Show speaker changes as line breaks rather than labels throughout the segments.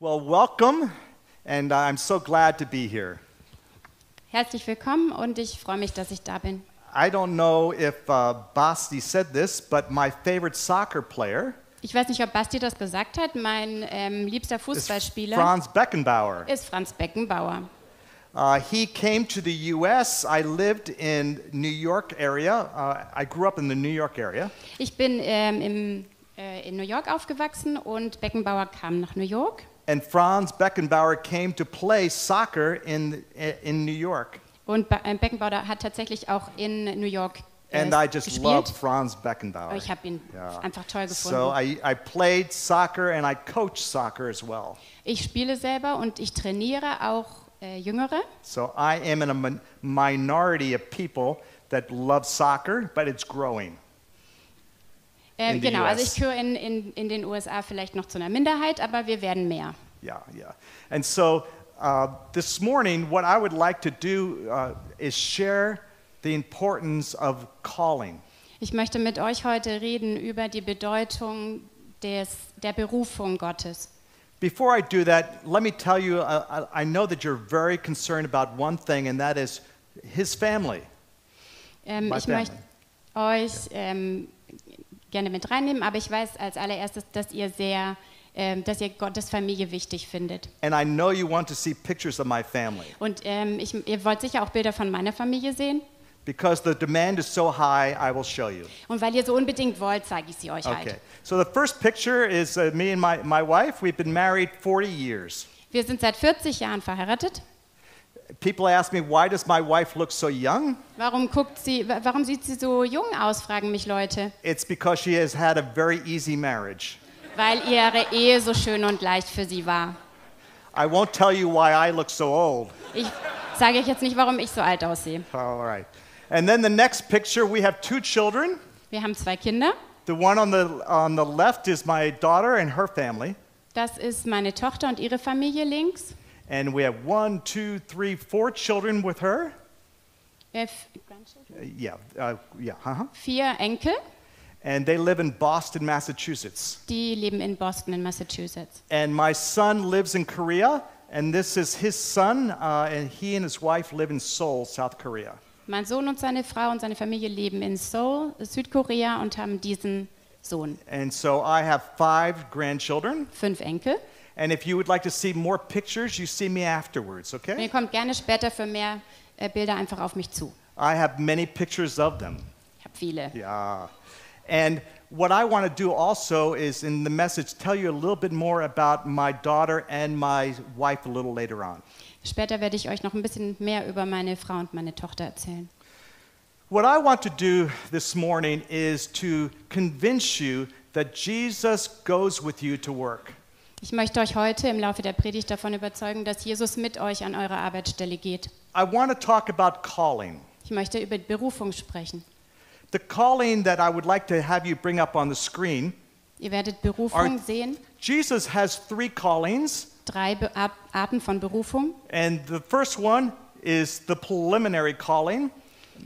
Well, welcome, and I'm so glad to be here.
Herzlich willkommen und ich freue mich, dass ich da bin.
I don't know if uh, Basti said this, but my favorite soccer player
Ich weiß nicht, ob Basti das gesagt hat. Mein ähm, liebster
is
Fußballspieler
Franz Beckenbauer.
ist Franz Beckenbauer.
Uh, he came to the U.S. I lived in New York area. Uh, I grew up in the New York area,
Ich bin ähm, im, äh, in New York aufgewachsen und Beckenbauer kam nach New York.
and Franz Beckenbauer came to play soccer in in New York,
Und Be äh, Beckenbauer hat tatsächlich auch in New York äh,
and I just
gespielt.
love Franz Beckenbauer.
Aber ich habe ihn
Ja.
einfach toll gefunden.
So I, I played soccer and I coached soccer as well.
ich spiele selber und ich trainiere auch äh, Jüngere.
So I am in a min- minority of people that love soccer, but it's growing.
Äh,
In the
genau, also
US.
ich gehöre in, in, in den USA vielleicht noch zu einer Minderheit, aber wir werden mehr.
Yeah, yeah. And so uh, this morning, what I would like to do uh, is share the importance of calling.
Ich möchte mit euch heute reden über die Bedeutung des, der Berufung Gottes.
Before I do that, let me tell you uh, I I know that you're very concerned about one thing, and that is his family.
Ähm,
My
ich
family.
möchte euch ähm, gerne mit reinnehmen, aber ich weiß als allererstes, dass ihr sehr, ähm, dass ihr Gottes Familie wichtig findet.
And I know you want to see pictures of my family.
Und ähm, ich, ihr wollt sicher auch Bilder von meiner Familie sehen.
Because the demand is so high, I will show you.
Und weil ihr so unbedingt wollt, zeige ich sie euch
Okay.
halt.
So the first picture is uh, me and my, my wife. We've been married 40 years.
Wir sind seit 40 Jahren verheiratet.
People ask me, why does my wife look so young?
Warum guckt sie, wa- warum sieht sie so jung aus, fragen mich Leute.
It's because she has had a very easy marriage.
Weil ihre Ehe so schön und leicht für sie war.
I won't tell you why I look so old.
Ich sage euch jetzt nicht, warum ich so alt aussehe.
All right. And then the next picture, we have two children.
Wir haben zwei Kinder.
The one on the, on the left is my daughter and her family.
Das ist meine Tochter und ihre Familie links.
And we have one, two, three, four children with her.
Äh, f- Grandchildren?
Uh, yeah, uh, yeah, uh-huh.
Vier Enkel,
And they live in Boston, Massachusetts.
die leben in Boston in Massachusetts.
And my son lives in Korea, and this is his son, uh, and he and his wife live in Seoul, South Korea.
Mein Sohn und seine Frau und seine Familie leben in Seoul, Südkorea und haben diesen Sohn.
And so I have five grandchildren.
Fünf Enkel.
And if you would like to see more pictures, you see me afterwards,
Und
okay?
ihr kommt gerne später für mehr äh, Bilder einfach auf mich zu.
I have many pictures of them.
Ich habe viele.
Yeah. And what I want to do also is in the message tell you a little bit more about my daughter and my wife a little later on.
Später werde ich euch noch ein bisschen mehr über meine Frau und meine Tochter erzählen.
What I want to do this morning is to convince you that Jesus goes with you to work.
Ich möchte euch heute im Laufe der Predigt davon überzeugen, dass Jesus mit euch an eure Arbeitsstelle geht.
I want to talk about calling.
Ich möchte über die Berufung sprechen.
The calling that I would like to have you bring up on the screen.
Ihr werdet Berufung
Are-
sehen,
Jesus has three callings,
drei Be Ar- Arten von Berufung.
and the first one is the preliminary calling.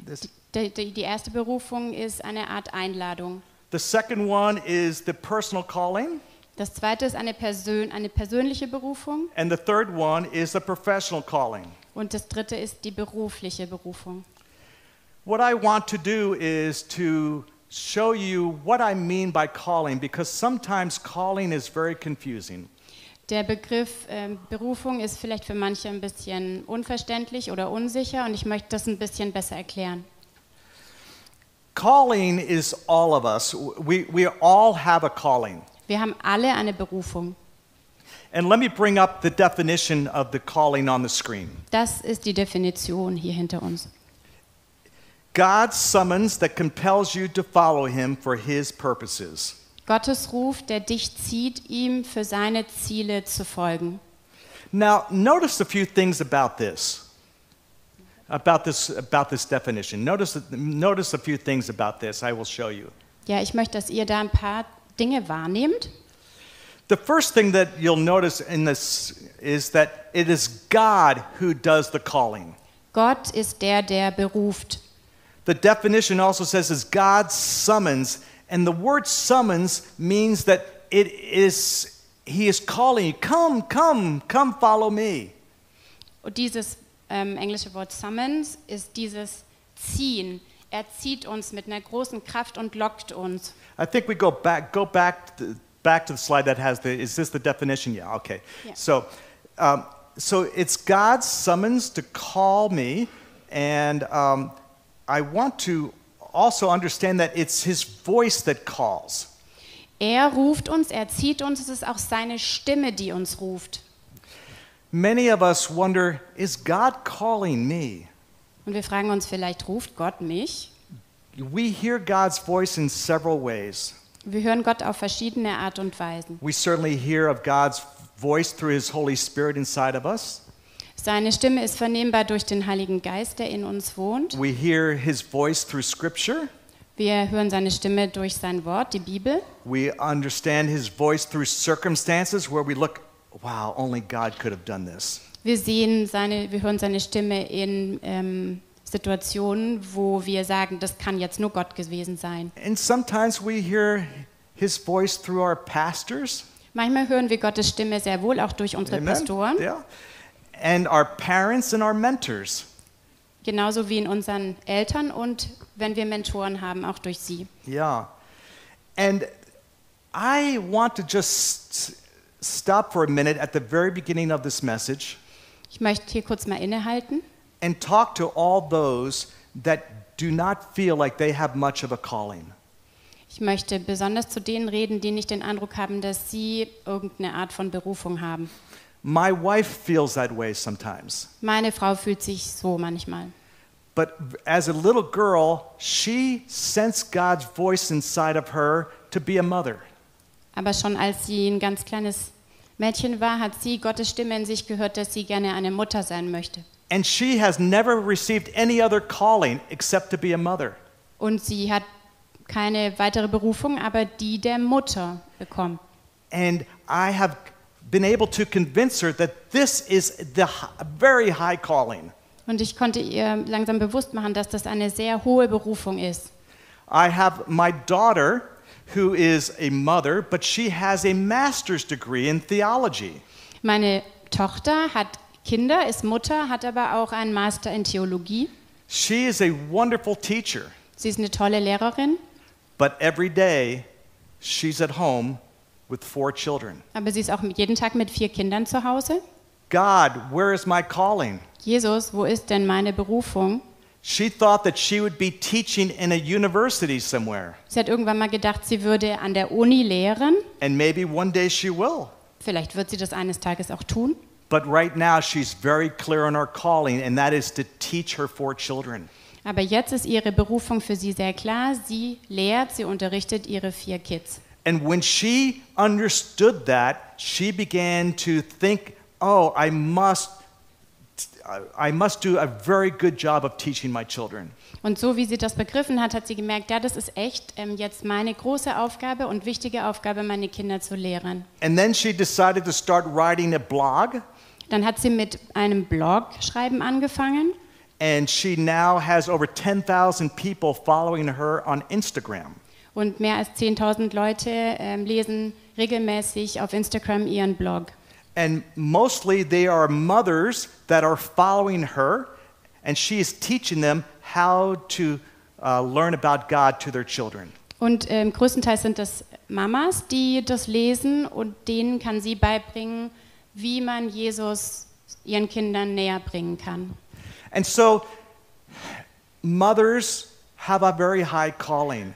This-
Die, die, die erste Berufung ist eine Art Einladung.
The second one is the personal calling,
Das zweite ist eine, Persön eine persönliche Berufung
and the third one is the professional calling.
und das dritte ist die berufliche Berufung.
What I want to do is to show you what I mean by calling because sometimes calling is very confusing.
Der Begriff ähm, Berufung ist vielleicht für manche ein bisschen unverständlich oder unsicher und ich möchte das ein bisschen besser erklären.
Calling is all of us. We, we all have a calling.
Wir haben alle eine Berufung.
And let me bring up the definition of the calling on the screen.
Das ist die Definition hier hinter uns.
God's summons that compels you to follow him for his purposes.
Gottes Ruf, der dich zieht, ihm für seine Ziele zu folgen.
Now, notice a few things about this. About this, about this definition. Notice, notice a few things about this. I will show you.
Ja, ich möchte, dass ihr da ein paar Dinge wahrnehmt.
The first thing that you'll notice in this is that it is God who does the calling.
Gott ist der, der beruft.
The definition also says is God summons, and the word summons means that it is He is calling, come, come, come follow me.
Und dieses ähm, englische Wort summons ist dieses ziehen. Er zieht uns mit einer großen Kraft und lockt uns.
I think we go back, go back, to, back to the slide that has the, is this the definition? Yeah, okay.
Yeah.
So, um, so it's God's summons to call me, and um, I want to also understand that it's His voice that calls.
Er ruft uns, er zieht uns, es ist auch seine Stimme, die uns ruft.
Many of us wonder, is God calling me?
Und wir fragen uns vielleicht, ruft Gott mich?
We hear God's voice in several ways.
Wir hören Gott auf verschiedene Art und Weisen.
We certainly hear of God's voice through His Holy Spirit inside of us.
Seine Stimme ist vernehmbar durch den Heiligen Geist, der in uns wohnt.
We hear His voice through Scripture.
Wir hören seine Stimme durch sein Wort, die Bibel.
We understand His voice through circumstances where we look, wow, only God could have done this.
Wir sehen seine, wir hören seine Stimme in ähm, Situationen, wo wir sagen, das kann jetzt nur Gott gewesen sein.
And sometimes we hear His voice through our pastors.
Manchmal hören wir Gottes Stimme sehr wohl auch durch unsere Pastoren,
Yeah. And our parents and our mentors.
genauso wie in unseren Eltern und wenn wir Mentoren haben, auch durch sie.
Yeah. And I want to just s- stop for a minute at the very beginning of this message
Ich möchte hier kurz mal innehalten
and talk to all those that do not feel like they have much of a calling.
Ich möchte besonders zu denen reden, die nicht den Eindruck haben, dass sie irgendeine Art von Berufung haben.
My wife feels that way sometimes.
Meine Frau fühlt sich so manchmal.
But as a little girl, she sensed God's voice inside of her to be a mother.
Aber schon als sie ein ganz kleines Mädchen war, hat sie Gottes Stimme in sich gehört, dass sie gerne eine Mutter sein möchte.
And she has never received any other calling except to be a mother.
Und sie hat keine weitere Berufung, aber die der Mutter bekommen.
And I have been able to convince her that this is the hi- very high calling.
Und ich konnte ihr langsam bewusst machen, dass das eine sehr hohe Berufung ist.
I have my daughter who is a mother, but she has a master's degree in theology.
Meine Tochter hat Kinder, ist Mutter, hat aber auch einen Master in Theologie.
She is a wonderful teacher,
Sie ist eine tolle Lehrerin,
but every day she's at home with four children.
aber sie ist auch jeden Tag mit vier Kindern zu Hause.
God, where is my calling?
Jesus, wo ist denn meine Berufung?
She thought that she would be teaching in a university somewhere,
Sie hat irgendwann mal gedacht, sie würde an der Uni lehren.
and maybe one day she will.
Vielleicht wird sie das eines Tages auch tun.
But right now, she's very clear on her calling, and that is to teach her four children.
Aber jetzt ist ihre Berufung für sie sehr klar. Sie lehrt, sie unterrichtet ihre vier Kids.
And when she understood that, she began to think, "Oh, I must, I must do a very good job of teaching my children."
Und so wie sie das begriffen hat, hat sie gemerkt, ja, das ist echt ähm, jetzt meine große Aufgabe und wichtige Aufgabe, meine Kinder zu lehren.
And then she decided to start writing a blog,
Dann hat sie mit einem Blog-Schreiben angefangen
and she now has over 10,000 people following her on Instagram.
und mehr als 10.000 Leute ähm, lesen regelmäßig auf Instagram ihren Blog.
And mostly they are mothers that are following her, and she is teaching them how to uh, learn about God to their children.
Und ähm, größtenteils sind das Mamas, die das lesen und denen kann sie beibringen, wie man Jesus ihren Kindern näher bringen kann.
And so, mothers have a very high calling.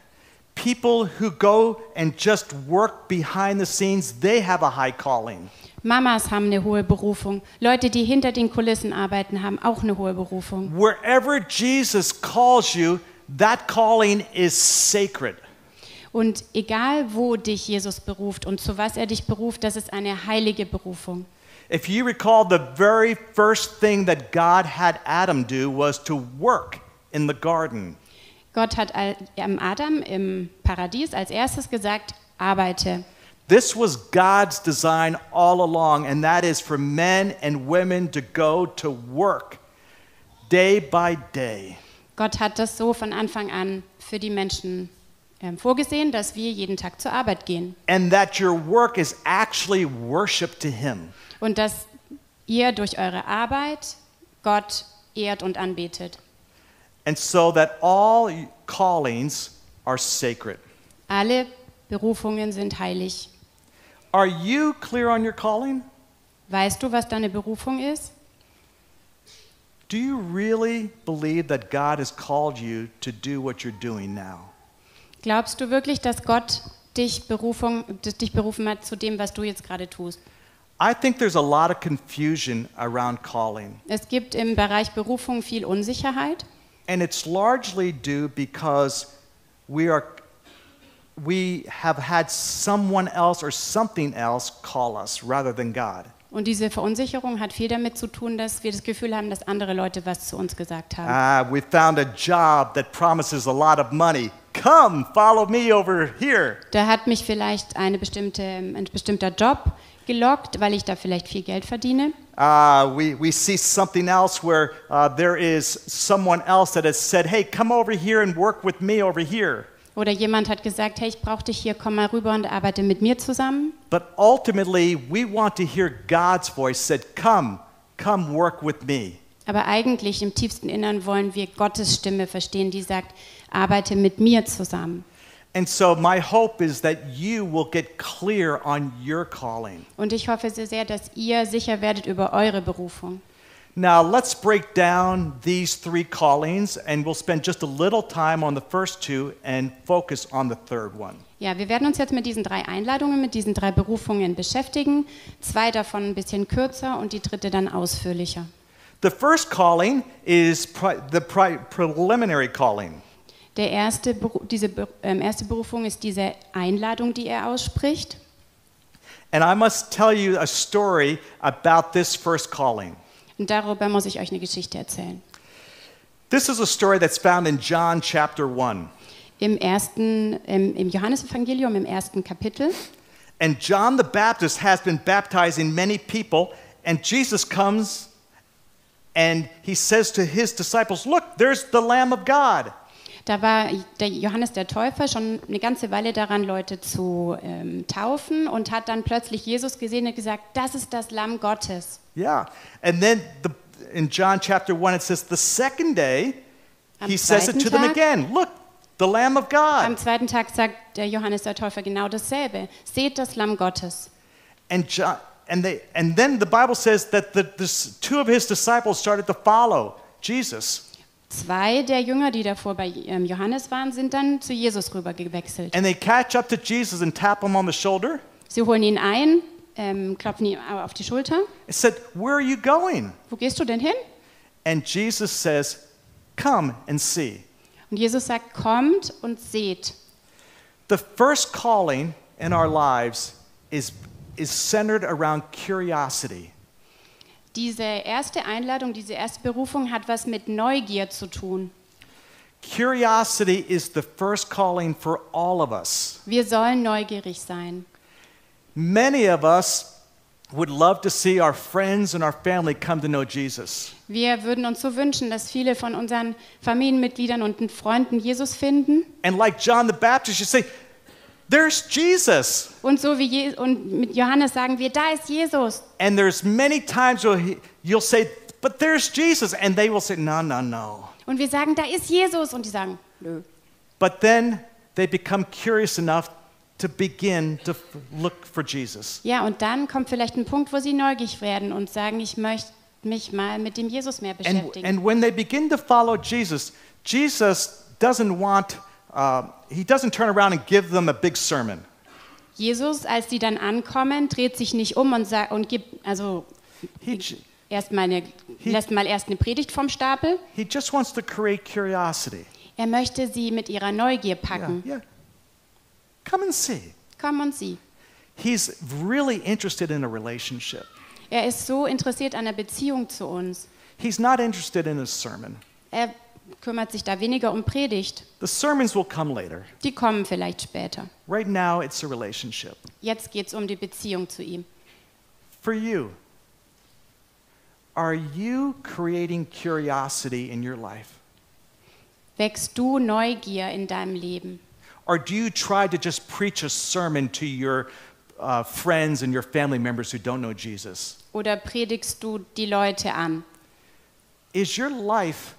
People who go and just work behind the scenes, they have a high calling.
Mamas haben eine hohe Berufung. Leute, die hinter den Kulissen arbeiten, haben auch eine hohe Berufung.
Wherever Jesus calls you, that calling is sacred.
Und egal, wo dich Jesus beruft und zu was er dich beruft, das ist eine heilige Berufung.
If you recall, the very first thing that God had Adam do was to work in the garden.
Gott hat al- ähm, Adam im Paradies als erstes gesagt, arbeite.
This was God's design all along, and that is for men and women to go to work day by day.
Gott hat das so von Anfang an für die Menschen ähm, vorgesehen, dass wir jeden Tag zur Arbeit gehen
and that your work is actually worship to Him.
und dass ihr durch eure Arbeit Gott ehrt und anbetet.
And so that all callings are sacred.
Alle Berufungen sind heilig.
Are you clear on your calling?
Weißt du, was deine Berufung ist?
Do you really believe that God has called you to do what you're doing now?
Glaubst du wirklich, dass Gott dich, Berufung, dich berufen hat zu dem, was du jetzt gerade tust?
I think there's a lot of confusion around calling,
Es gibt im Bereich Berufung viel Unsicherheit.
and it's largely due because we are we have had someone else or something else call us rather than God.
Und diese Verunsicherung hat viel damit zu tun, dass wir das Gefühl haben, dass andere Leute was zu uns gesagt haben.
Ah, we found a job that promises a lot of money. Come, follow me over here.
Da hat mich vielleicht eine bestimmte, ein bestimmter Job gelockt, weil ich da vielleicht viel Geld verdiene.
Uh, we, we see something else where uh, there is someone else that has said, hey, come over here and work with me over here.
Oder jemand hat gesagt, hey, ich brauche dich hier, komm mal rüber und arbeite mit mir zusammen.
But ultimately, we want to hear God's voice said, come, come work with me.
Aber eigentlich im tiefsten Innern wollen wir Gottes Stimme verstehen, die sagt, arbeite mit mir zusammen.
And so, my hope is that you will get clear on your calling.
Und ich hoffe so sehr, dass ihr sicher werdet über eure Berufung.
Now, let's break down these three callings, and we'll spend just a little time on the first two and focus on the third one.
Ja, wir werden uns jetzt mit diesen drei Einladungen, mit diesen drei Berufungen beschäftigen. Zwei davon ein bisschen kürzer und die dritte dann ausführlicher.
The first calling is pri- the pri- preliminary calling.
Der erste, Beru- diese Be- ähm, erste Berufung ist diese Einladung, die er ausspricht.
And I must tell you a story about this first calling.
Und darüber muss ich euch eine Geschichte erzählen.
This is a story that's found in John chapter 1.
Im, ersten, im, im Johannesevangelium, im ersten Kapitel,
And John the Baptist has been baptizing many people, and Jesus comes and he says to his disciples, Look, there's the Lamb of God.
da war der Johannes der Täufer schon eine ganze Weile daran, Leute zu ähm, taufen und hat dann plötzlich Jesus gesehen und gesagt, das ist das Lamm Gottes.
Yeah. And then the, in John chapter 1, it says, The second day,
Am
he says it
zweiten
to them
Tag-
again Look, the Lamb of God.
Am zweiten Tag sagt der Johannes der Täufer genau dasselbe. Seht das Lamm Gottes.
And John, and they, and then the Bible says that the this, two of his disciples started to follow Jesus,
Zwei der Jünger, die davor bei ähm, Johannes waren, sind dann zu Jesus rüber gewechselt.
and they catch up to Jesus and tap him on the shoulder
Sie holen ihn ein, ähm, klopfen ihm auf die Schulter.
and said, "Where are you going?"
Wo gehst du denn hin?
And Jesus says, "Come and see."
Und Jesus sagt, kommt und seht.
The first calling in our lives is is centered around curiosity.
Diese erste Einladung, diese erste Berufung hat was mit Neugier zu tun.
Curiosity is the first calling for all of us.
Wir sollen neugierig sein.
Many of us would love to see our friends and our family come to know Jesus.
Wir würden uns so wünschen, dass viele von unseren Familienmitgliedern und Freunden Jesus finden.
And like John the Baptist, you say, there's Jesus.
Und so wie Je und mit Johannes sagen wir, da ist Jesus.
And there's many times you'll, he- you'll say, but there's Jesus. And they will say, no, no, no.
Und wir sagen, da ist Jesus. Und die sagen, nö.
But then they become curious enough to begin to f- look for Jesus.
Ja, und dann kommt vielleicht ein Punkt, wo sie neugierig werden und sagen, ich möchte mich mal mit dem Jesus mehr
And,
beschäftigen.
and when they begin to follow Jesus, Jesus doesn't want, uh, he doesn't turn around and give them a big sermon.
Jesus, als sie dann ankommen, dreht sich nicht um und, sagt, und gibt, also
He, j-
erst mal eine,
He-
lässt mal erst eine Predigt vom Stapel.
he just wants to create curiosity.
Er möchte sie mit ihrer Neugier
Yeah,
packen.
yeah. Come and see.
Komm und sieh.
He's really interested in a relationship.
Er ist so interessiert an der Beziehung zu uns.
He's not interested in a sermon.
Er kümmert sich da weniger um Predigt.
The sermons will come later.
Die kommen vielleicht später.
Right now, it's a relationship.
Jetzt geht es um die Beziehung zu ihm.
For you, are you creating curiosity in your life?
Wächst du Neugier in deinem Leben?
Or do you try to just preach a sermon to your uh, friends and your family members who don't know Jesus?
Oder predigst du die Leute an?
Is your life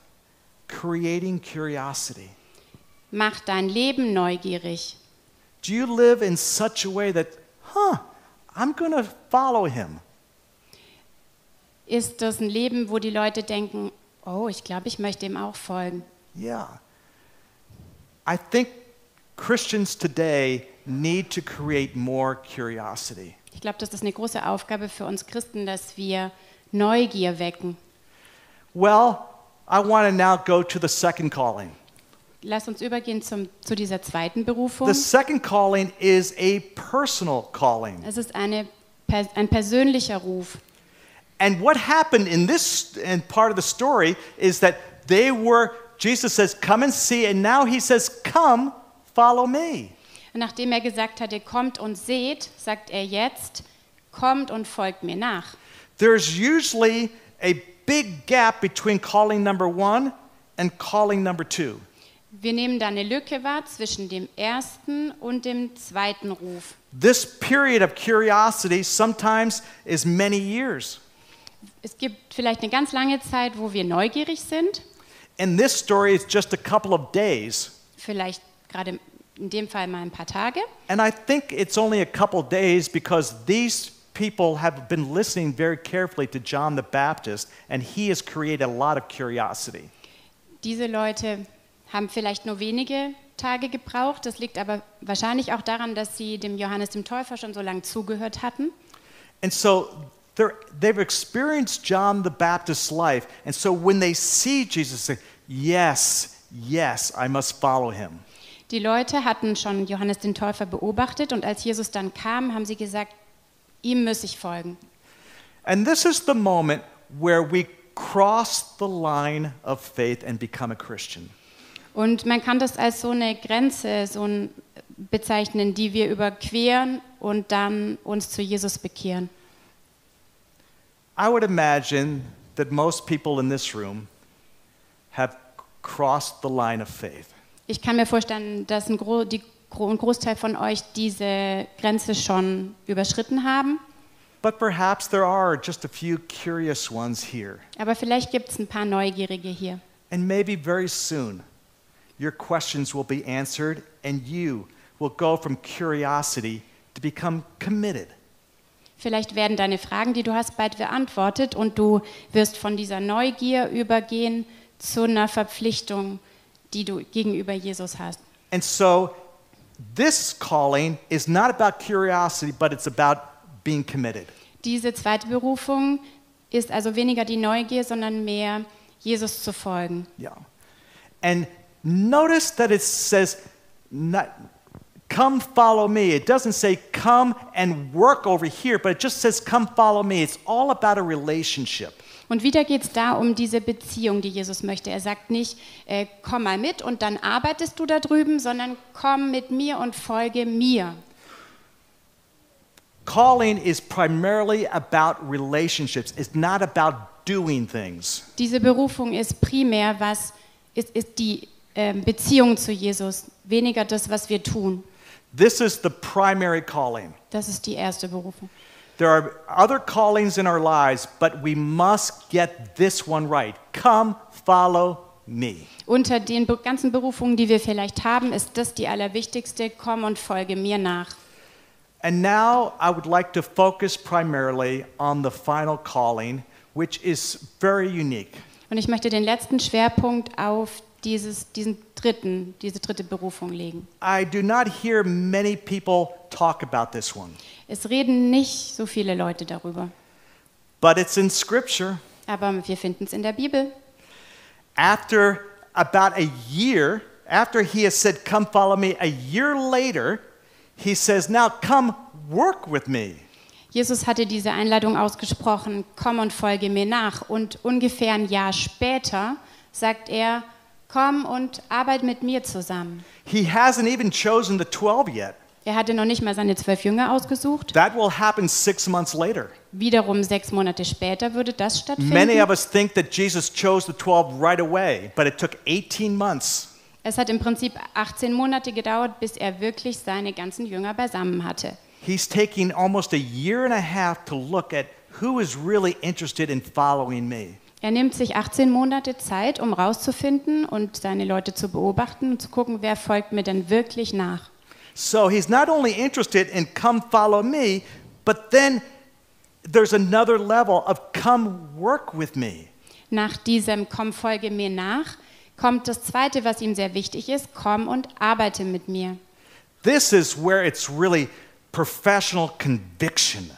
creating curiosity?
Mach dein Leben neugierig.
Do you live in such a way that, huh, I'm going to follow him?
Ist das ein Leben, wo die Leute denken, oh, ich glaube, ich möchte ihm auch folgen?
Yeah. I think Christians today need to create more curiosity.
Ich glaube, das ist eine große Aufgabe für uns Christen, dass wir Neugier wecken.
Well, I want to now go to the second calling.
Lass uns übergehen zum, zu dieser zweiten Berufung.
The second calling is a personal calling.
Es ist eine, per- ein persönlicher Ruf.
And what happened in this and part of the story is that they were, Jesus says, come and see, and now he says, come, follow me.
Und nachdem er gesagt hatte, kommt und seht, sagt er jetzt, kommt und folgt mir nach.
There's usually a big gap between calling number one and calling number two.
Wir nehmen da eine Lücke wahr zwischen dem ersten und dem zweiten Ruf.
This period of curiosity sometimes is many years.
Es gibt vielleicht eine ganz lange Zeit, wo wir neugierig sind,
In this story, it's just a couple of days.
vielleicht gerade in dem Fall mal ein paar Tage.
And I think it's only a couple days because these people have been listening very carefully to John the Baptist, and he has created a lot of curiosity.
Diese Leute haben vielleicht nur wenige Tage gebraucht. Das liegt aber wahrscheinlich auch daran, dass sie dem Johannes dem Täufer schon so lange zugehört hatten.
And so they're, they've experienced John the Baptist's life, and so when they see Jesus, they say, Yes, yes, I must follow him.
Die Leute hatten schon Johannes den Täufer beobachtet und als Jesus dann kam, haben sie gesagt, ihm muss ich folgen.
And this is the moment where we cross the line of faith and become a Christian.
Und man kann das als so eine Grenze so ein, bezeichnen, die wir überqueren und dann uns zu Jesus bekehren.
I would imagine that most people in this room have crossed the line of faith.
Ich kann mir vorstellen, dass ein, Gro die, Gro- ein Großteil von euch diese Grenze schon überschritten haben.
But perhaps there are just a few curious ones here.
Aber vielleicht gibt es ein paar Neugierige hier.
And maybe very soon, your questions will be answered and you will go from curiosity to become committed.
Vielleicht werden deine Fragen, die du hast, bald beantwortet und du wirst von dieser Neugier übergehen zu einer Verpflichtung, die du gegenüber Jesus hast.
And so, this calling is not about curiosity, but it's about being committed.
Diese zweite Berufung ist also weniger die Neugier, sondern mehr Jesus zu folgen.
Yeah. And notice that it says, not, come follow me. It doesn't say come and work over here, but it just says come follow me. It's all about a relationship.
Und wieder geht es da um diese Beziehung, die Jesus möchte. Er sagt nicht, äh, komm mal mit und dann arbeitest du da drüben, sondern komm mit mir und folge mir.
Calling is primarily about relationships, it's not about doing things.
Diese Berufung ist primär was, ist, ist die ähm, Beziehung zu Jesus, weniger das, was wir tun.
This is the primary calling.
Das ist die erste Berufung.
There are other callings in our lives, but we must get this one right. Come follow me.
Unter den be- ganzen Berufungen, die wir vielleicht haben, ist das die allerwichtigste. Komm und folge mir nach.
And now I would like to focus primarily on the final calling, which is very unique.
Und ich möchte den letzten Schwerpunkt auf dieses, diesen dritten, diese dritte Berufung legen.
I do not hear many people talk about this one,
Es reden nicht so viele Leute darüber,
but it's in Scripture.
aber wir finden es in der Bibel.
After about a year, after he has said, Come follow me, a year later, he says, Now come work with me.
Jesus hatte diese Einladung ausgesprochen, komm und folge mir nach. Und ungefähr ein Jahr später sagt er, komm und arbeit mit mir zusammen.
He hasn't even chosen the 12 yet.
Er hatte noch nicht mal seine zwölf Jünger ausgesucht.
That will happen six months later.
Wiederum sechs Monate später würde das stattfinden.
Many of us think that Jesus chose the 12 right away, but it took 18 months.
Es hat im Prinzip 18 Monate gedauert, bis er wirklich seine ganzen Jünger beisammen hatte.
He's taking almost a year and a half to look at who is really interested in following me.
Er nimmt sich 18 Monate Zeit, um rauszufinden und seine Leute zu beobachten und zu gucken, wer folgt mir denn wirklich nach.
So he's not only interested in come follow me, but then there's another level of come work with me.
Nach diesem Komm, folge mir nach, kommt das Zweite, was ihm sehr wichtig ist, komm und arbeite mit mir.
This is where it's really professional conviction.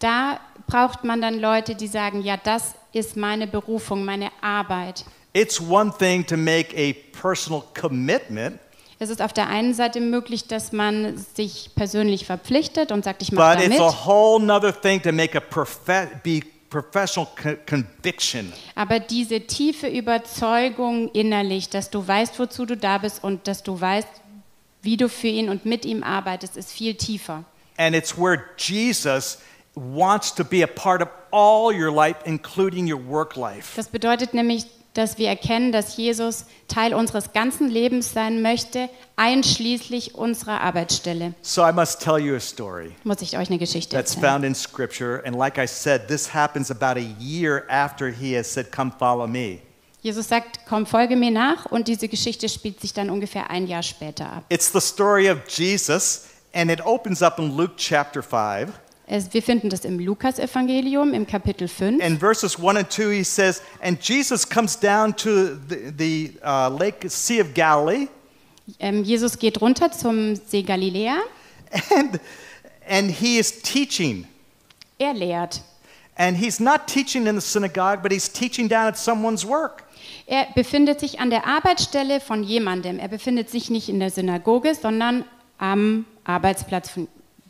Da braucht man dann Leute, die sagen, ja, das ist meine Berufung, meine Arbeit.
It's one thing to make a personal commitment,
Es ist auf der einen Seite möglich, dass man sich persönlich verpflichtet und sagt, ich mache
but
da
it's
mit.
a whole nother thing to make a profe- be professional co- conviction.
Aber diese tiefe Überzeugung innerlich, dass du weißt, wozu du da bist und dass du weißt, wie du für ihn und mit ihm arbeitest, ist viel tiefer.
And it's where Jesus wants to be a part of all your life, including your work life.
Das bedeutet nämlich, dass wir erkennen, dass Jesus Teil unseres ganzen Lebens sein möchte, einschließlich unserer Arbeitsstelle.
So I must tell you a story.
Muss ich euch eine Geschichte
that's
erzählen?
found in scripture and like i said this happens about a year after he has said come follow me
Jesus sagt, komm, folge mir nach und diese Geschichte spielt sich dann ungefähr ein Jahr später ab.
it's the story of jesus and it opens up in luke chapter 5
Es, wir finden das im Lukas-Evangelium im Kapitel 5.
in verses 1 and 2 he says and jesus comes down to the, the uh, lake sea of galilee
Ähm, Jesus geht runter zum See Galiläa,
and and he is teaching
er lehrt.
and he's not teaching in the synagogue but he's teaching down at someone's work
Er befindet sich an der Arbeitsstelle von jemandem. Er befindet sich nicht in der Synagoge, sondern am Arbeitsplatz von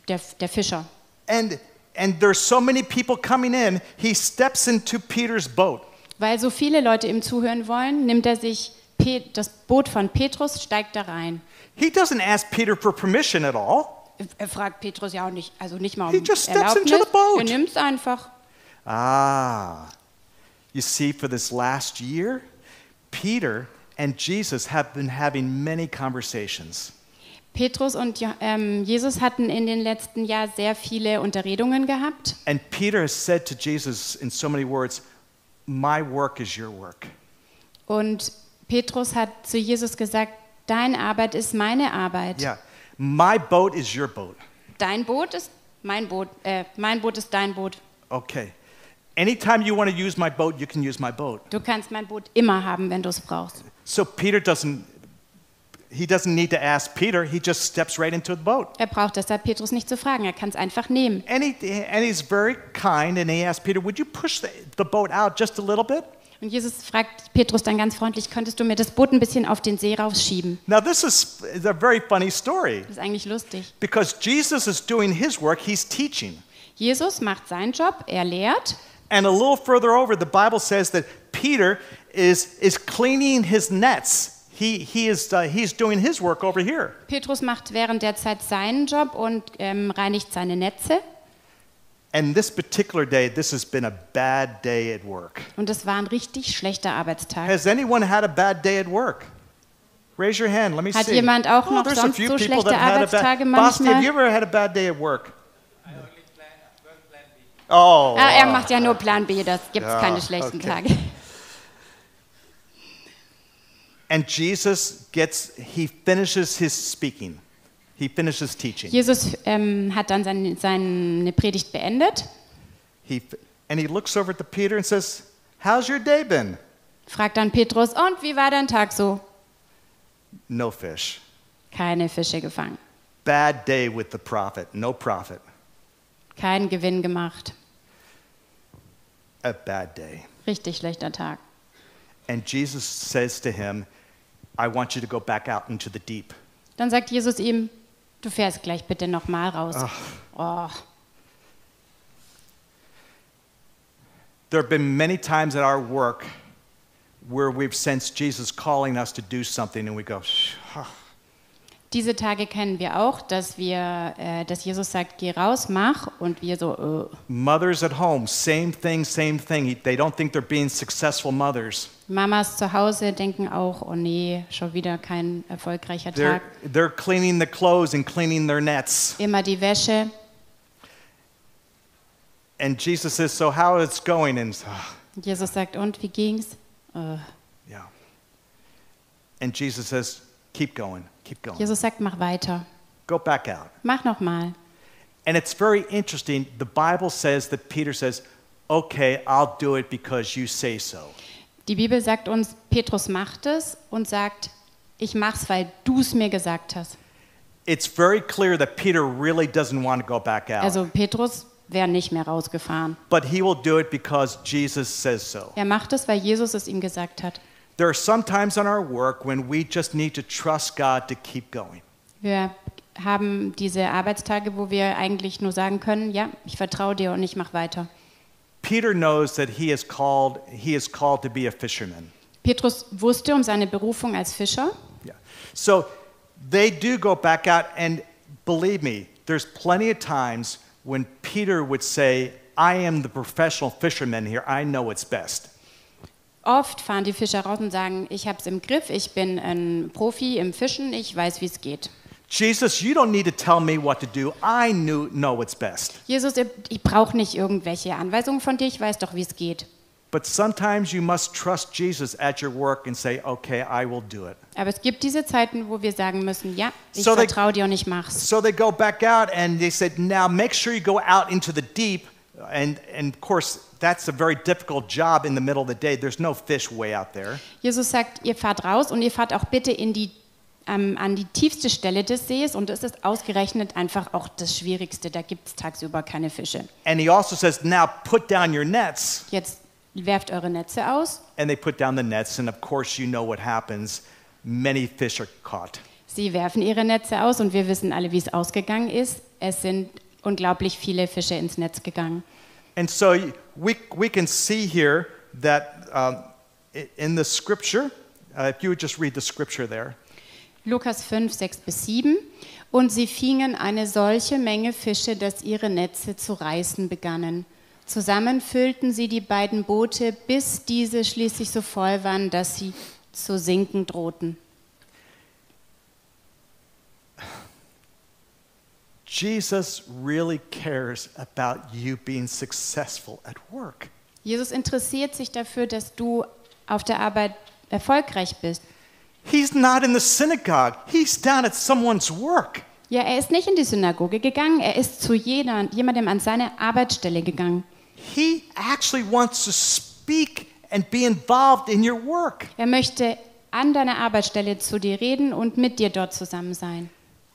der, der Fischer.
and and there's so many people coming in he steps into peter's boat
Weil so viele Leute ihm zuhören wollen, nimmt er sich Pe das Boot von Petrus, steigt da rein.
He doesn't ask Peter for permission at all.
Er fragt Petrus ja auch nicht, also nicht mal um
He just steps into the
Erlaubnis.
boat.
Er nimmt es einfach.
Ah, you see, for this last year, Peter and Jesus have been having many conversations.
Petrus und Jo- ähm, Jesus hatten in den letzten Jahren sehr viele Unterredungen gehabt.
And Peter has said to Jesus in so many words, My work is your work.
Und Petrus hat zu Jesus gesagt, deine Arbeit ist meine Arbeit.
Yeah. My boat is your boat.
Dein Boot ist mein Boot. Äh, mein Boot ist dein Boot.
Okay. Anytime you want to use my boat, you can use my boat.
Du kannst mein Boot immer haben, wenn du es brauchst.
So Peter doesn't he doesn't need to ask Peter, he just steps right into the boat.
Er braucht deshalb Petrus nicht zu fragen, er kann es einfach nehmen.
And, he, and he's very kind, and he asked Peter, Would you push the, the boat out just a little bit?
Und Jesus fragt Petrus dann ganz freundlich, könntest du mir das Boot ein bisschen auf den See rausschieben?
Now, this is, is a very funny story
Das ist eigentlich lustig.
because Jesus is doing his work, he's teaching.
Jesus macht seinen Job, er lehrt.
And a little further over, the Bible says that Peter is, is cleaning his nets. He, he is, uh, he's doing his work over here.
Petrus macht während der Zeit seinen Job und ähm, reinigt seine Netze.
And this particular day, this has been a bad day at work.
Und es war ein richtig schlechter Arbeitstag.
Has anyone had a bad day at work? Raise your hand. Let me
Hat
see.
jemand auch
oh,
noch
there's a
sonst
few
so
people
schlechte
that had a bad.
Arbeitstage
Basti, have
manchmal?
you ever had a bad day at work? I only
Ah, er
plan. Oh. wow.
macht ja nur Plan B, das gibt es
Ja,
keine schlechten
okay.
Tage.
And Jesus gets. He finishes his speaking. He finishes teaching.
Jesus ähm, hat dann sein, seine Predigt beendet,
He and he looks over to Peter and says, "How's your day been?"
fragt dann Petrus, und wie war dein Tag so?
No fish.
Keine Fische gefangen,
Bad day with the prophet. No prophet.
keinen Gewinn gemacht.
A bad day.
Richtig schlechter Tag.
And Jesus says to him, "I want you to go back out into the deep."
Dann sagt Jesus ihm, du fährst gleich bitte nochmal raus. Oh.
There have been many times at our work where we've sensed Jesus calling us to do something and we go, "Shh, huh."
diese Tage kennen wir auch, dass, wir, äh, dass Jesus sagt, geh raus, mach. Und wir so, äh.
Mothers at home, same thing, same thing. They don't think they're being successful mothers.
Mamas zu Hause denken auch, oh nee, schon wieder kein erfolgreicher
They're,
Tag.
they're cleaning the clothes and cleaning their nets.
Immer die Wäsche.
And Jesus says, So how is it going? And "Ah,
Jesus sagt, und wie ging's? Äh.
yeah. And Jesus says, Keep going, keep going.
Jesus sagt, mach weiter.
Go back out.
Mach nochmal.
And it's very interesting. The Bible says that Peter says, Okay, I'll do it because you say so.
Die Bibel sagt uns, Petrus macht es und sagt, ich mach's, weil du es mir gesagt hast.
It's very clear that Peter really doesn't want to go back out.
Also Petrus wäre nicht mehr rausgefahren.
but he will do it because Jesus says so.
Er macht es, weil Jesus es ihm gesagt hat.
There are some times on our work when we just need to trust God to keep going.
Wir haben diese Arbeitstage, wo wir eigentlich nur sagen können, ja, ich vertraue dir und ich mache weiter.
Peter knows that he is called he is called to be a fisherman.
Petrus wusste um seine Berufung als Fischer.
Yeah. So they do go back out and believe me, there's plenty of times when Peter would say, "I am the professional fisherman here. I know what's best."
Oft fahren die Fischer raus und sagen, ich habe es im Griff, ich bin ein Profi im Fischen, ich weiß, wie es geht.
Jesus, you don't need to tell me what to do. I knew, know what's best.
Jesus, ich brauche nicht irgendwelche Anweisungen von dir, ich weiß doch, wie es geht.
But sometimes you must trust Jesus at your work and say, "Okay, I will do it."
Aber es gibt diese Zeiten, wo wir sagen müssen, ja, ich
So they-
vertraue dir und ich mach's.
So they go back out and they said, now make sure you go out into the deep. And, and of course, that's a very difficult job in the middle of the day. There's no fish way out there.
Jesus sagt, ihr fahrt raus und ihr fahrt auch bitte in die, ähm, an die tiefste Stelle des Sees und es ist ausgerechnet einfach auch das Schwierigste, da gibt es tagsüber keine Fische.
And he also says, now put down your nets.
Jetzt werft eure Netze aus,
And they put down the nets. And of course, you know what happens. Many fish are caught.
sie werfen ihre Netze aus und wir wissen alle, wie es ausgegangen ist. Es sind unglaublich viele Fische ins Netz gegangen.
And so we, we can see here that um, i- in the scripture, uh, if you would just read the scripture there.
Lukas 5, 6 bis 7. Und sie fingen eine solche Menge Fische, dass ihre Netze zu reißen begannen. Zusammen füllten sie die beiden Boote, bis diese schließlich so voll waren, dass sie zu sinken drohten.
Jesus really cares about you being successful at work.
Jesus interessiert sich dafür, dass du auf der Arbeit erfolgreich bist.
He's not in the synagogue. He's down at someone's work.
Ja, er ist nicht in die Synagoge gegangen, er ist zu jeder, jemandem an seine Arbeitsstelle gegangen.
He actually wants to speak and be involved in your work.
Er möchte an deiner Arbeitsstelle zu dir reden und mit dir dort zusammen sein.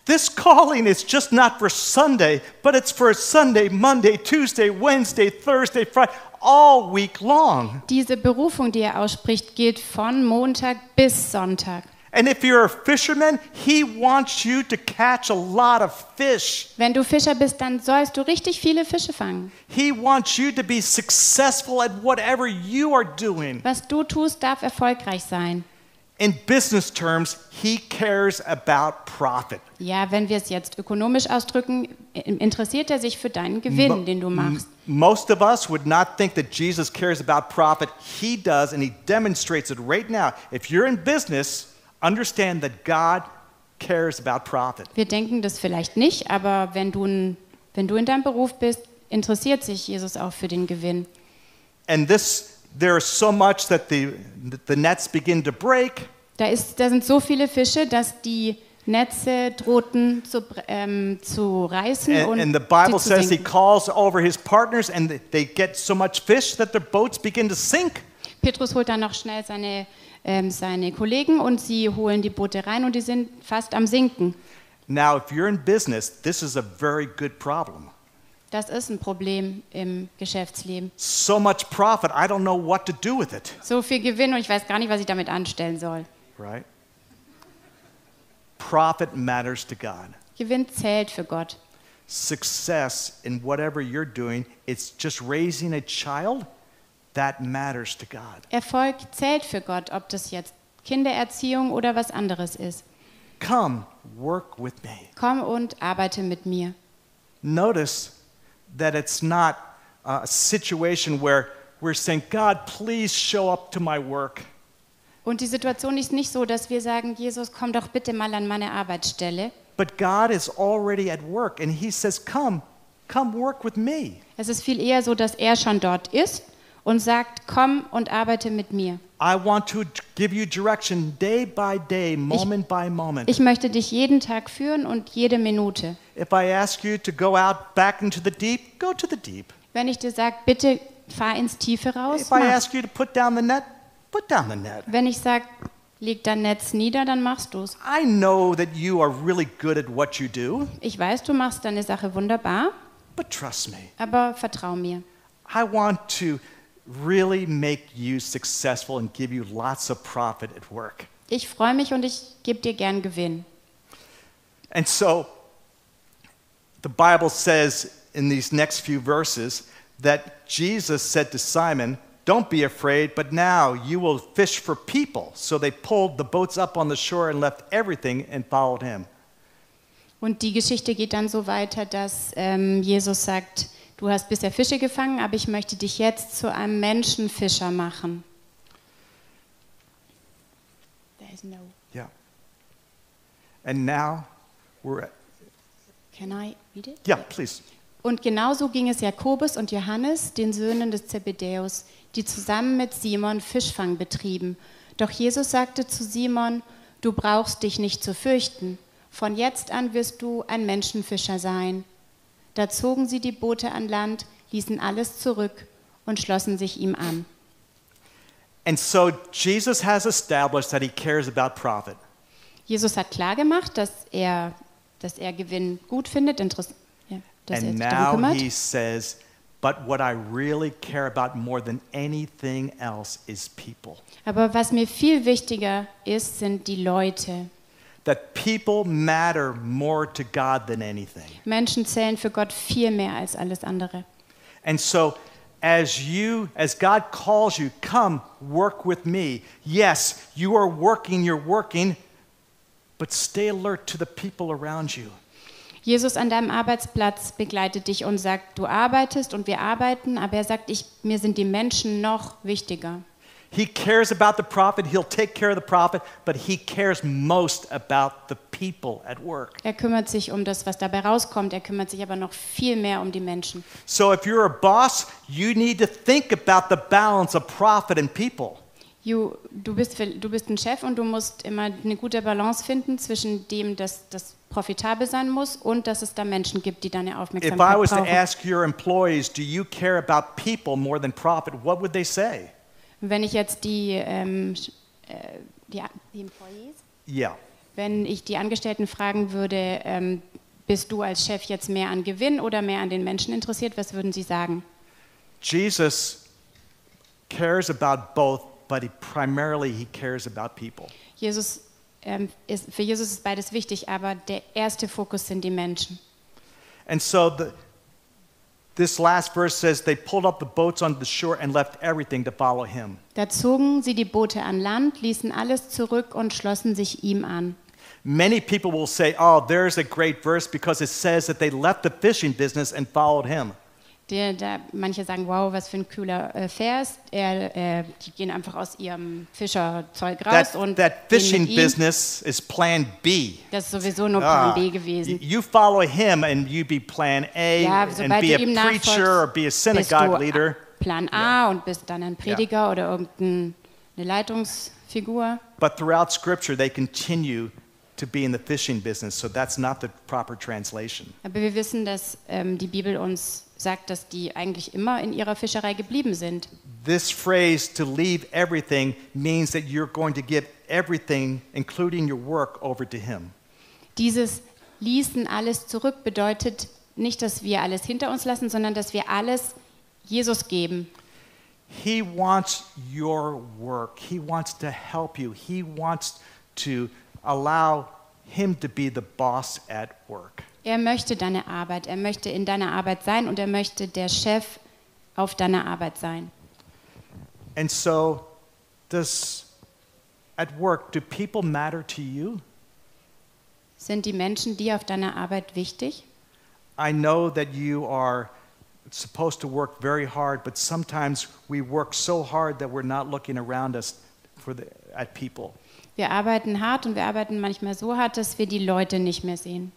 This calling is just not for Sunday, but it's for Sunday, Monday, Tuesday, Wednesday, Thursday, Friday, all week long.
Diese Berufung, die er ausspricht, gilt von Montag bis Sonntag.
And if you're a fisherman, he wants you to catch a lot of fish.
Wenn du Fischer bist, dann sollst du richtig viele Fische fangen.
He wants you to be successful at whatever you are doing.
Was du tust, darf erfolgreich sein.
In business terms, he cares about profit.
Ja, wenn wir es jetzt ökonomisch ausdrücken, interessiert er sich für deinen Gewinn,
Mo-
den du machst.
m- Most of us would not think that Jesus cares about profit. He does, and he demonstrates it right now. If you're in business, understand that God cares about profit.
Wir denken das vielleicht nicht, aber wenn du, n- wenn du in deinem Beruf bist, interessiert sich Jesus auch für den Gewinn.
And this, there is so much that the, the nets begin to break,
Da, ist, da sind so viele Fische, dass die Netze drohten zu, br- ähm, zu reißen
and,
und
and the Bible
sie zu
says he
sinken.
calls over his partners, and th- they get so much fish that their boats begin to sink.
Petrus holt dann noch schnell seine, ähm, seine Kollegen und sie holen die Boote rein und die sind fast am Sinken.
Now, if you're in business, this is a very good problem.
Das ist ein Problem im Geschäftsleben.
So much profit, I don't know what to do with it.
So viel Gewinn und ich weiß gar nicht, was ich damit anstellen soll.
right? Profit matters to God.
Gewinn zählt für Gott.
Success in whatever you're doing, it's just raising a child, that matters to God.
Erfolg zählt für Gott, ob das jetzt Kindererziehung oder was anderes ist.
Come, work with me.
Komm und arbeite mit mir.
Notice that it's not uh, a situation where we're saying, God, please show up to my work.
Und die Situation ist nicht so, dass wir sagen, Jesus, komm doch bitte mal an meine Arbeitsstelle.
But God is already at work, and He says, Come, come work with me.
Es ist viel eher so, dass er schon dort ist und sagt, komm und arbeite mit mir.
I want to d- give you direction day by day, moment by moment.
Ich möchte dich jeden Tag führen und jede Minute.
If I ask you to go out back into the deep, go to the deep.
Wenn ich dir sage, bitte fahr ins Tiefe raus,
If I
mach.
ask you to put down the net, put down the net.
Wenn ich sage, leg dein Netz nieder, dann machst du es.
I know that you are really good at what you do,
Ich weiß, du machst deine Sache wunderbar,
but trust me,
aber vertrau mir.
I want to really make you successful and give you lots of profit at work.
Ich freue mich und ich gebe dir gern Gewinn.
And so the Bible says in these next few verses that Jesus said to Simon, Don't be afraid, but now you will fish for people. So they pulled the boats up on the shore and left everything and followed him.
Und die Geschichte geht dann so weiter, dass ähm, Jesus sagt, du hast bisher Fische gefangen, aber ich möchte dich jetzt zu einem Menschenfischer machen. There is no.
Yeah. And now we're at,
Can I read it?
yeah, please.
Und genauso ging es Jakobus und Johannes, den Söhnen des Zebedäus, die zusammen mit Simon Fischfang betrieben. Doch Jesus sagte zu Simon, du brauchst dich nicht zu fürchten, von jetzt an wirst du ein Menschenfischer sein. Da zogen sie die Boote an Land, ließen alles zurück und schlossen sich ihm an.
And so Jesus has established that he cares about profit.
Jesus hat klargemacht, dass er, dass er Gewinn gut findet, interess- ja, dass er
and
sich darum
now
kümmert.
he says, But what I really care about more than anything else is people.
Aber was mir viel wichtiger ist, sind die Leute.
That people matter more to God than anything.
Menschen zählen für Gott viel mehr als alles andere.
And so, as you, as God calls you, come work with me. Yes, you are working, you're working, but stay alert to the people around you.
Jesus an deinem Arbeitsplatz begleitet dich und sagt, du arbeitest und wir arbeiten, aber er sagt, ich, mir sind die Menschen noch wichtiger.
He cares about the prophet, he'll take care of the prophet, but he cares most about the people at work.
Er kümmert sich um das, was dabei rauskommt, er kümmert sich aber noch viel mehr um die Menschen.
So if you're a boss, you need to think about the balance of profit and people.
Ju, du, bist, für- du bist ein Chef und du musst immer eine gute Balance finden zwischen dem, dass das profitabel sein muss und dass es da Menschen gibt, die deine
If I
Aufmerksamkeit
was to
brauchen.
ask your employees, do you care about people more than profit, what would they say?
Wenn ich jetzt die, ähm, sch- äh, die, die Employees
Yeah.
Wenn ich die Angestellten fragen würde, ähm, bist du als Chef jetzt mehr an Gewinn oder mehr an den Menschen interessiert, was würden sie sagen?
Jesus cares about both, but he primarily he cares about people.
Jesus, ähm, ist, für Jesus ist beides wichtig, aber der erste Fokus sind die Menschen.
And so the, this last verse says they pulled up the boats onto the shore and left everything to follow him.
Da zogen sie die Boote an Land, ließen alles zurück und schlossen sich ihm an.
Many people will say, "Oh, there's a great verse because it says that they left the fishing business and followed him."
Der, da, manche sagen, wow, was für ein kühler äh, Vers. Er, äh, die gehen einfach aus ihrem Fischerzeug raus
that,
und
that
gehen
fishing
mit ihm.
business is plan B.
Das ist sowieso nur
Ah,
Plan B
y-
gewesen.
You follow him and you be plan A
Ja,
and
sobald
be
du
a
ihm nachfolgst,
preacher or be a synagogue
bist du
leader.
Plan A und bist dann ein Prediger oder irgendeine Leitungsfigur.
But throughout scripture they continue to be in the fishing business, so that's not the proper translation.
Aber wir wissen, dass ähm, die Bibel uns sagt, dass die eigentlich immer in ihrer Fischerei geblieben sind.
This phrase to leave everything means that you're going to give everything including your work over to him.
Dieses ließen alles zurück bedeutet nicht, dass wir alles hinter uns lassen, sondern dass wir alles Jesus geben.
He wants your work. He wants to help you. He wants to allow him to be the boss at work.
Er möchte deine Arbeit, er möchte in deiner Arbeit sein und er möchte der Chef auf deiner Arbeit sein.
And so, does at work, do people matter to you?
Sind die Menschen dir auf deiner Arbeit wichtig?
I know that you are supposed to work very hard, but sometimes we work so hard that we're not looking around us for the, at people.
Wir arbeiten hart und wir arbeiten manchmal so hart, dass wir die Leute nicht mehr sehen.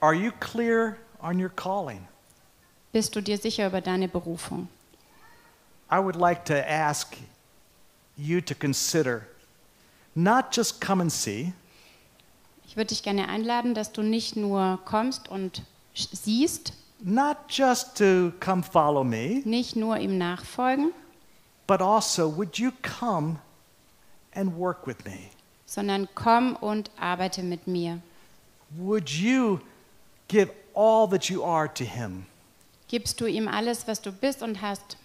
Are you clear on your calling?
Bist du dir sicher über deine Berufung?
I would like to ask you to consider not just come and see,
Ich würde dich gerne einladen, dass du nicht nur kommst und sch- siehst,
not just to come follow me,
nicht nur ihm nachfolgen,
but also would you come and work with me?
sondern komm und arbeite mit mir.
Would you give all that you are to him?
Gibst du ihm alles, was du bist und hast?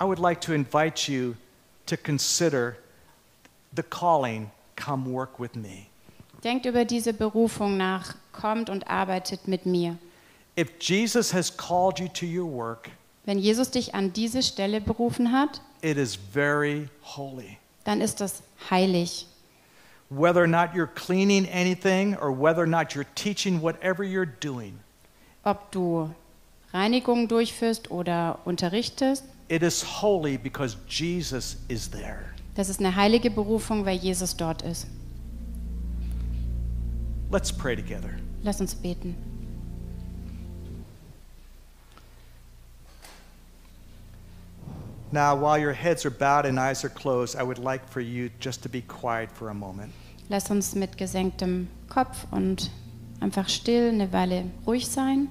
I would like to invite you to consider the calling, come work with me.
Denkt über diese Berufung nach, kommt und arbeitet mit mir.
If Jesus has called you to your work,
Wenn Jesus dich an diese Stelle berufen hat,
it is very holy.
dann ist das heilig.
Whether or not you're cleaning anything or whether or not you're teaching whatever you're doing,
Ob du Reinigungen durchführst oder unterrichtest,
it is holy because Jesus is there.
das ist eine heilige Berufung, weil Jesus dort ist.
Let's pray together.
Lass uns beten.
Now, while your heads are bowed and eyes are closed, I would like for you just to be quiet for a moment.
Lass uns mit gesenktem Kopf und einfach still eine Weile ruhig sein.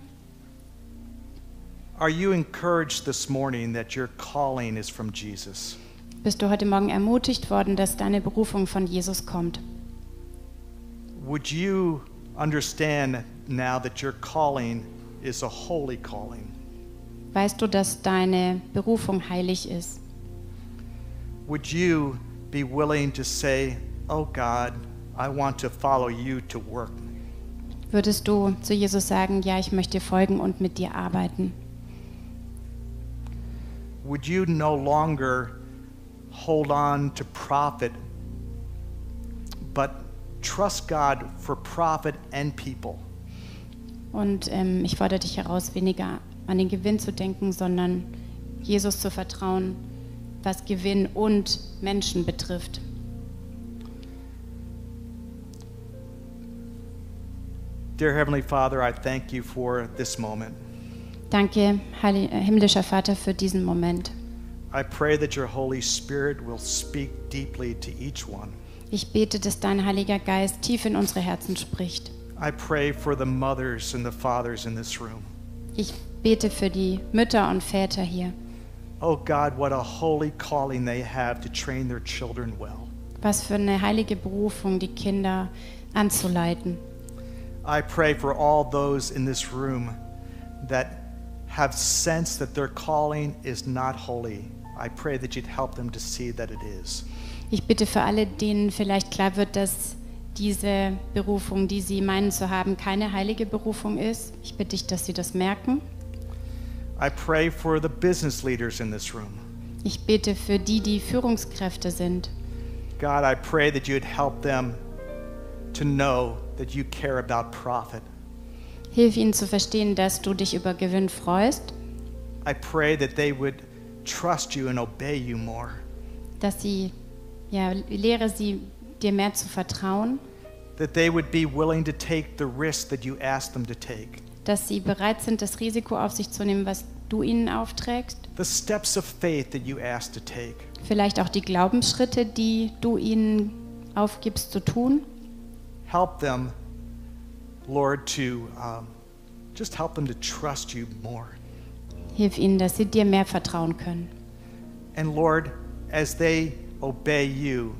Are you encouraged this morning that your calling is from Jesus?
Bist du heute Morgen ermutigt worden, dass deine Berufung von Jesus kommt?
Would you understand now that your calling is a holy calling?
Weißt du, dass deine Berufung heilig ist?
Would you be willing to say, Oh God, I want to follow you to work?
Würdest du zu Jesus sagen, ja, ich möchte dir folgen und mit dir arbeiten?
Would you no longer hold on to profit, but trust God for profit and people?
Und ähm, ich fordere dich heraus, weniger an den Gewinn zu denken, sondern Jesus zu vertrauen, was Gewinn und Menschen betrifft.
Dear Heavenly Father, I thank you for this moment.
Danke, Heili- äh, himmlischer Vater, für diesen Moment.
I pray that your Holy Spirit will speak deeply to each one.
Ich bete, dass dein Heiliger Geist tief in unsere Herzen spricht.
I pray for the mothers and the fathers in this room.
Ich bete für die Mütter und Väter hier.
Oh God, what a holy calling they have to train their children well.
Was für eine heilige Berufung, die Kinder anzuleiten.
I pray for all those in this room that have sensed that their calling is not holy. I pray that you'd help them to see that it is.
Ich bitte für alle, denen vielleicht klar wird, dass diese Berufung, die sie meinen zu haben, keine heilige Berufung ist. Ich bitte dich, dass sie das merken.
I pray for the business leaders in this room.
Ich bete für die, die Führungskräfte sind.
God, I pray that you'd help them to know that you care about profit.
Hilf ihnen zu verstehen, dass du dich über Gewinn freust,
I pray that they would trust you and obey you more,
dass sie, ja, lehre sie, dir mehr zu vertrauen,
that they would be willing to take the risk that you ask them to take.
dass sie bereit sind, das Risiko auf sich zu nehmen, was du ihnen aufträgst.
the steps of faith that you asked to take.
Vielleicht auch die Glaubensschritte, die du ihnen aufgibst zu tun.
Help them, Lord, to um, just help them to trust you more.
Hilf ihnen, dass sie dir mehr vertrauen können.
And Lord, as they obey you,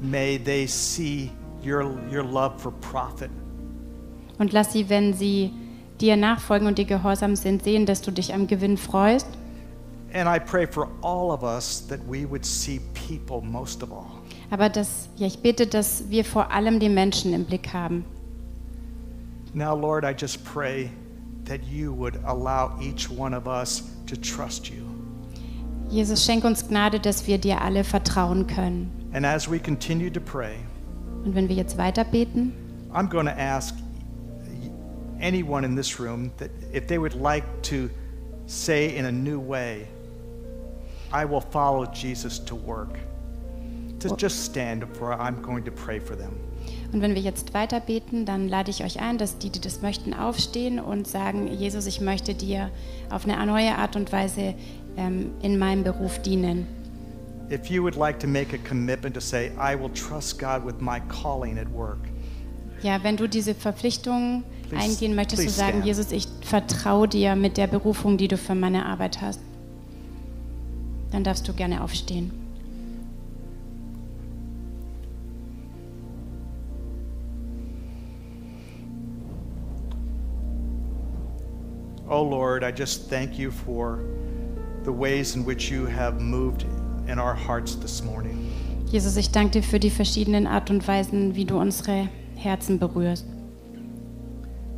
may they see your, your love for profit.
Und lass sie, wenn sie dir nachfolgen und dir gehorsam sind, sehen, dass du dich am Gewinn freust.
And I pray for all of us that we would see people most of all.
Aber dass, ja, ich bete, dass wir vor allem die Menschen im Blick haben.
Now, Lord, I just pray that you would allow each one of us to trust you.
Jesus, schenk uns Gnade, dass wir dir alle vertrauen können.
And as we continue to pray,
Und wenn wir jetzt weiter beten,
I'm going to ask anyone in this room that if they would like to say in a new way, I will follow Jesus to work, to just stand for I'm going to pray for them.
Und wenn wir jetzt weiter beten, dann lade ich euch ein, dass die, die das möchten, aufstehen und sagen, Jesus, ich möchte dir auf eine neue Art und Weise ähm, in meinem Beruf dienen.
If you would like to make a commitment to say, I will trust God with my calling at work,
Ja, wenn du diese Verpflichtung
Please-
eingehen möchtest und
please
sagen,
stand.
Jesus, ich vertraue dir mit der Berufung, die du für meine Arbeit hast, dann darfst du gerne aufstehen.
oh Lord, I just thank you for the ways in which you have moved in our hearts this morning.
Jesus, ich danke dir für die verschiedenen Art und Weisen, wie du unsere Herzen berührst.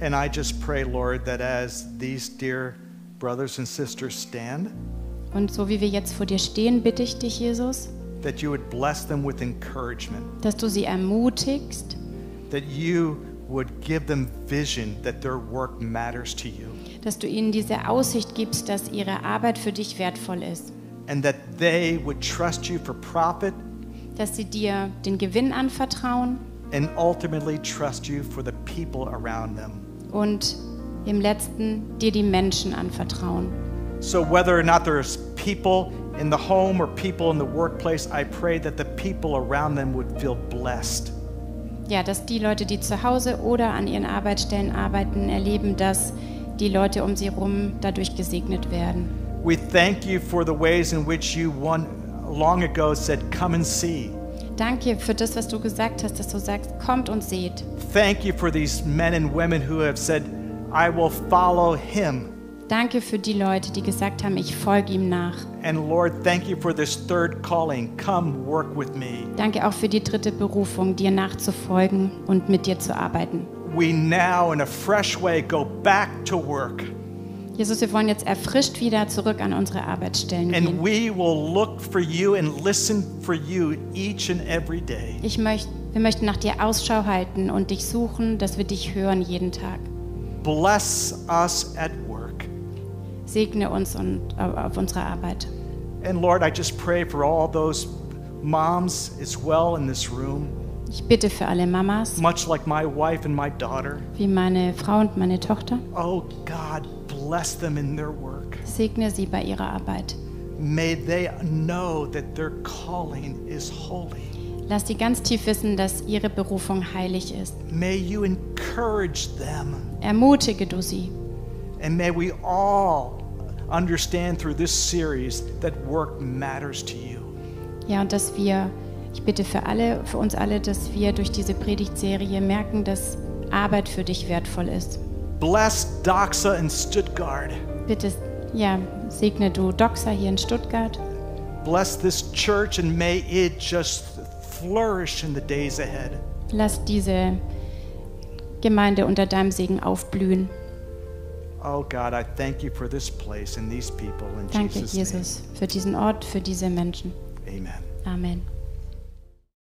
And I just pray, Lord, that as these dear brothers and sisters stand,
Und so wie wir jetzt vor dir stehen, bitte ich dich, Jesus,
that you would bless them with encouragement,
dass du sie ermutigst,
that you would give them vision that their work matters to you,
dass du ihnen diese Aussicht gibst, dass ihre Arbeit für dich wertvoll ist,
and that they would trust you for profit
dass sie dir den Gewinn anvertrauen
and ultimately trust you for the people around them.
und im letzten dir die Menschen anvertrauen.
So, whether or not there's people in the home or people in the workplace, I pray that the people around them would feel blessed.
Ja, dass die Leute, die zu Hause oder an ihren Arbeitsstellen arbeiten, erleben, dass die Leute um sie herum dadurch gesegnet werden.
We thank you for the ways in which you one long ago said, Come and see.
Danke für das, was du gesagt hast, dass du sagst, kommt und seht.
Thank you for these men and women who have said, I will follow him.
Danke für die Leute, die gesagt haben, ich folge ihm nach.
And Lord, thank you for this third calling. Come work with me.
Danke auch für die dritte Berufung, dir nachzufolgen und mit dir zu arbeiten.
We now, in a fresh way, go back to work.
Jesus, wir wollen jetzt erfrischt wieder zurück an unsere Arbeitsstellen
And
gehen.
we will look for you and listen for you each and every day.
Ich möcht, wir möchten nach dir Ausschau halten und dich suchen, dass wir dich hören jeden Tag.
Bless us at work.
Segne uns und äh, auf unserer Arbeit.
And Lord, I just pray for all those moms as well in this room,
Ich bitte für alle Mamas,
much like my wife and my daughter.
wie meine Frau und meine Tochter.
Oh God, bless them in their work.
Segne sie bei ihrer Arbeit.
May they know that their calling is holy.
Lass sie ganz tief wissen, dass ihre Berufung heilig ist.
May you encourage them.
Ermutige du sie.
And may we all understand through this series that work matters to you.
Ja, und dass wir, ich bitte für alle, für uns alle, dass wir durch diese Predigtserie merken, dass Arbeit für dich wertvoll ist.
Bless Doxa and Stuttgart.
Bitte, ja, segne du Doxa hier in Stuttgart.
Bless this church and may it just flourish in the days ahead.
Lass diese Gemeinde unter deinem Segen aufblühen.
Oh God, I thank you for this place and these people in
Danke,
Jesus'
Jesus, für diesen Ort, für diese Menschen.
name. Amen.
Amen.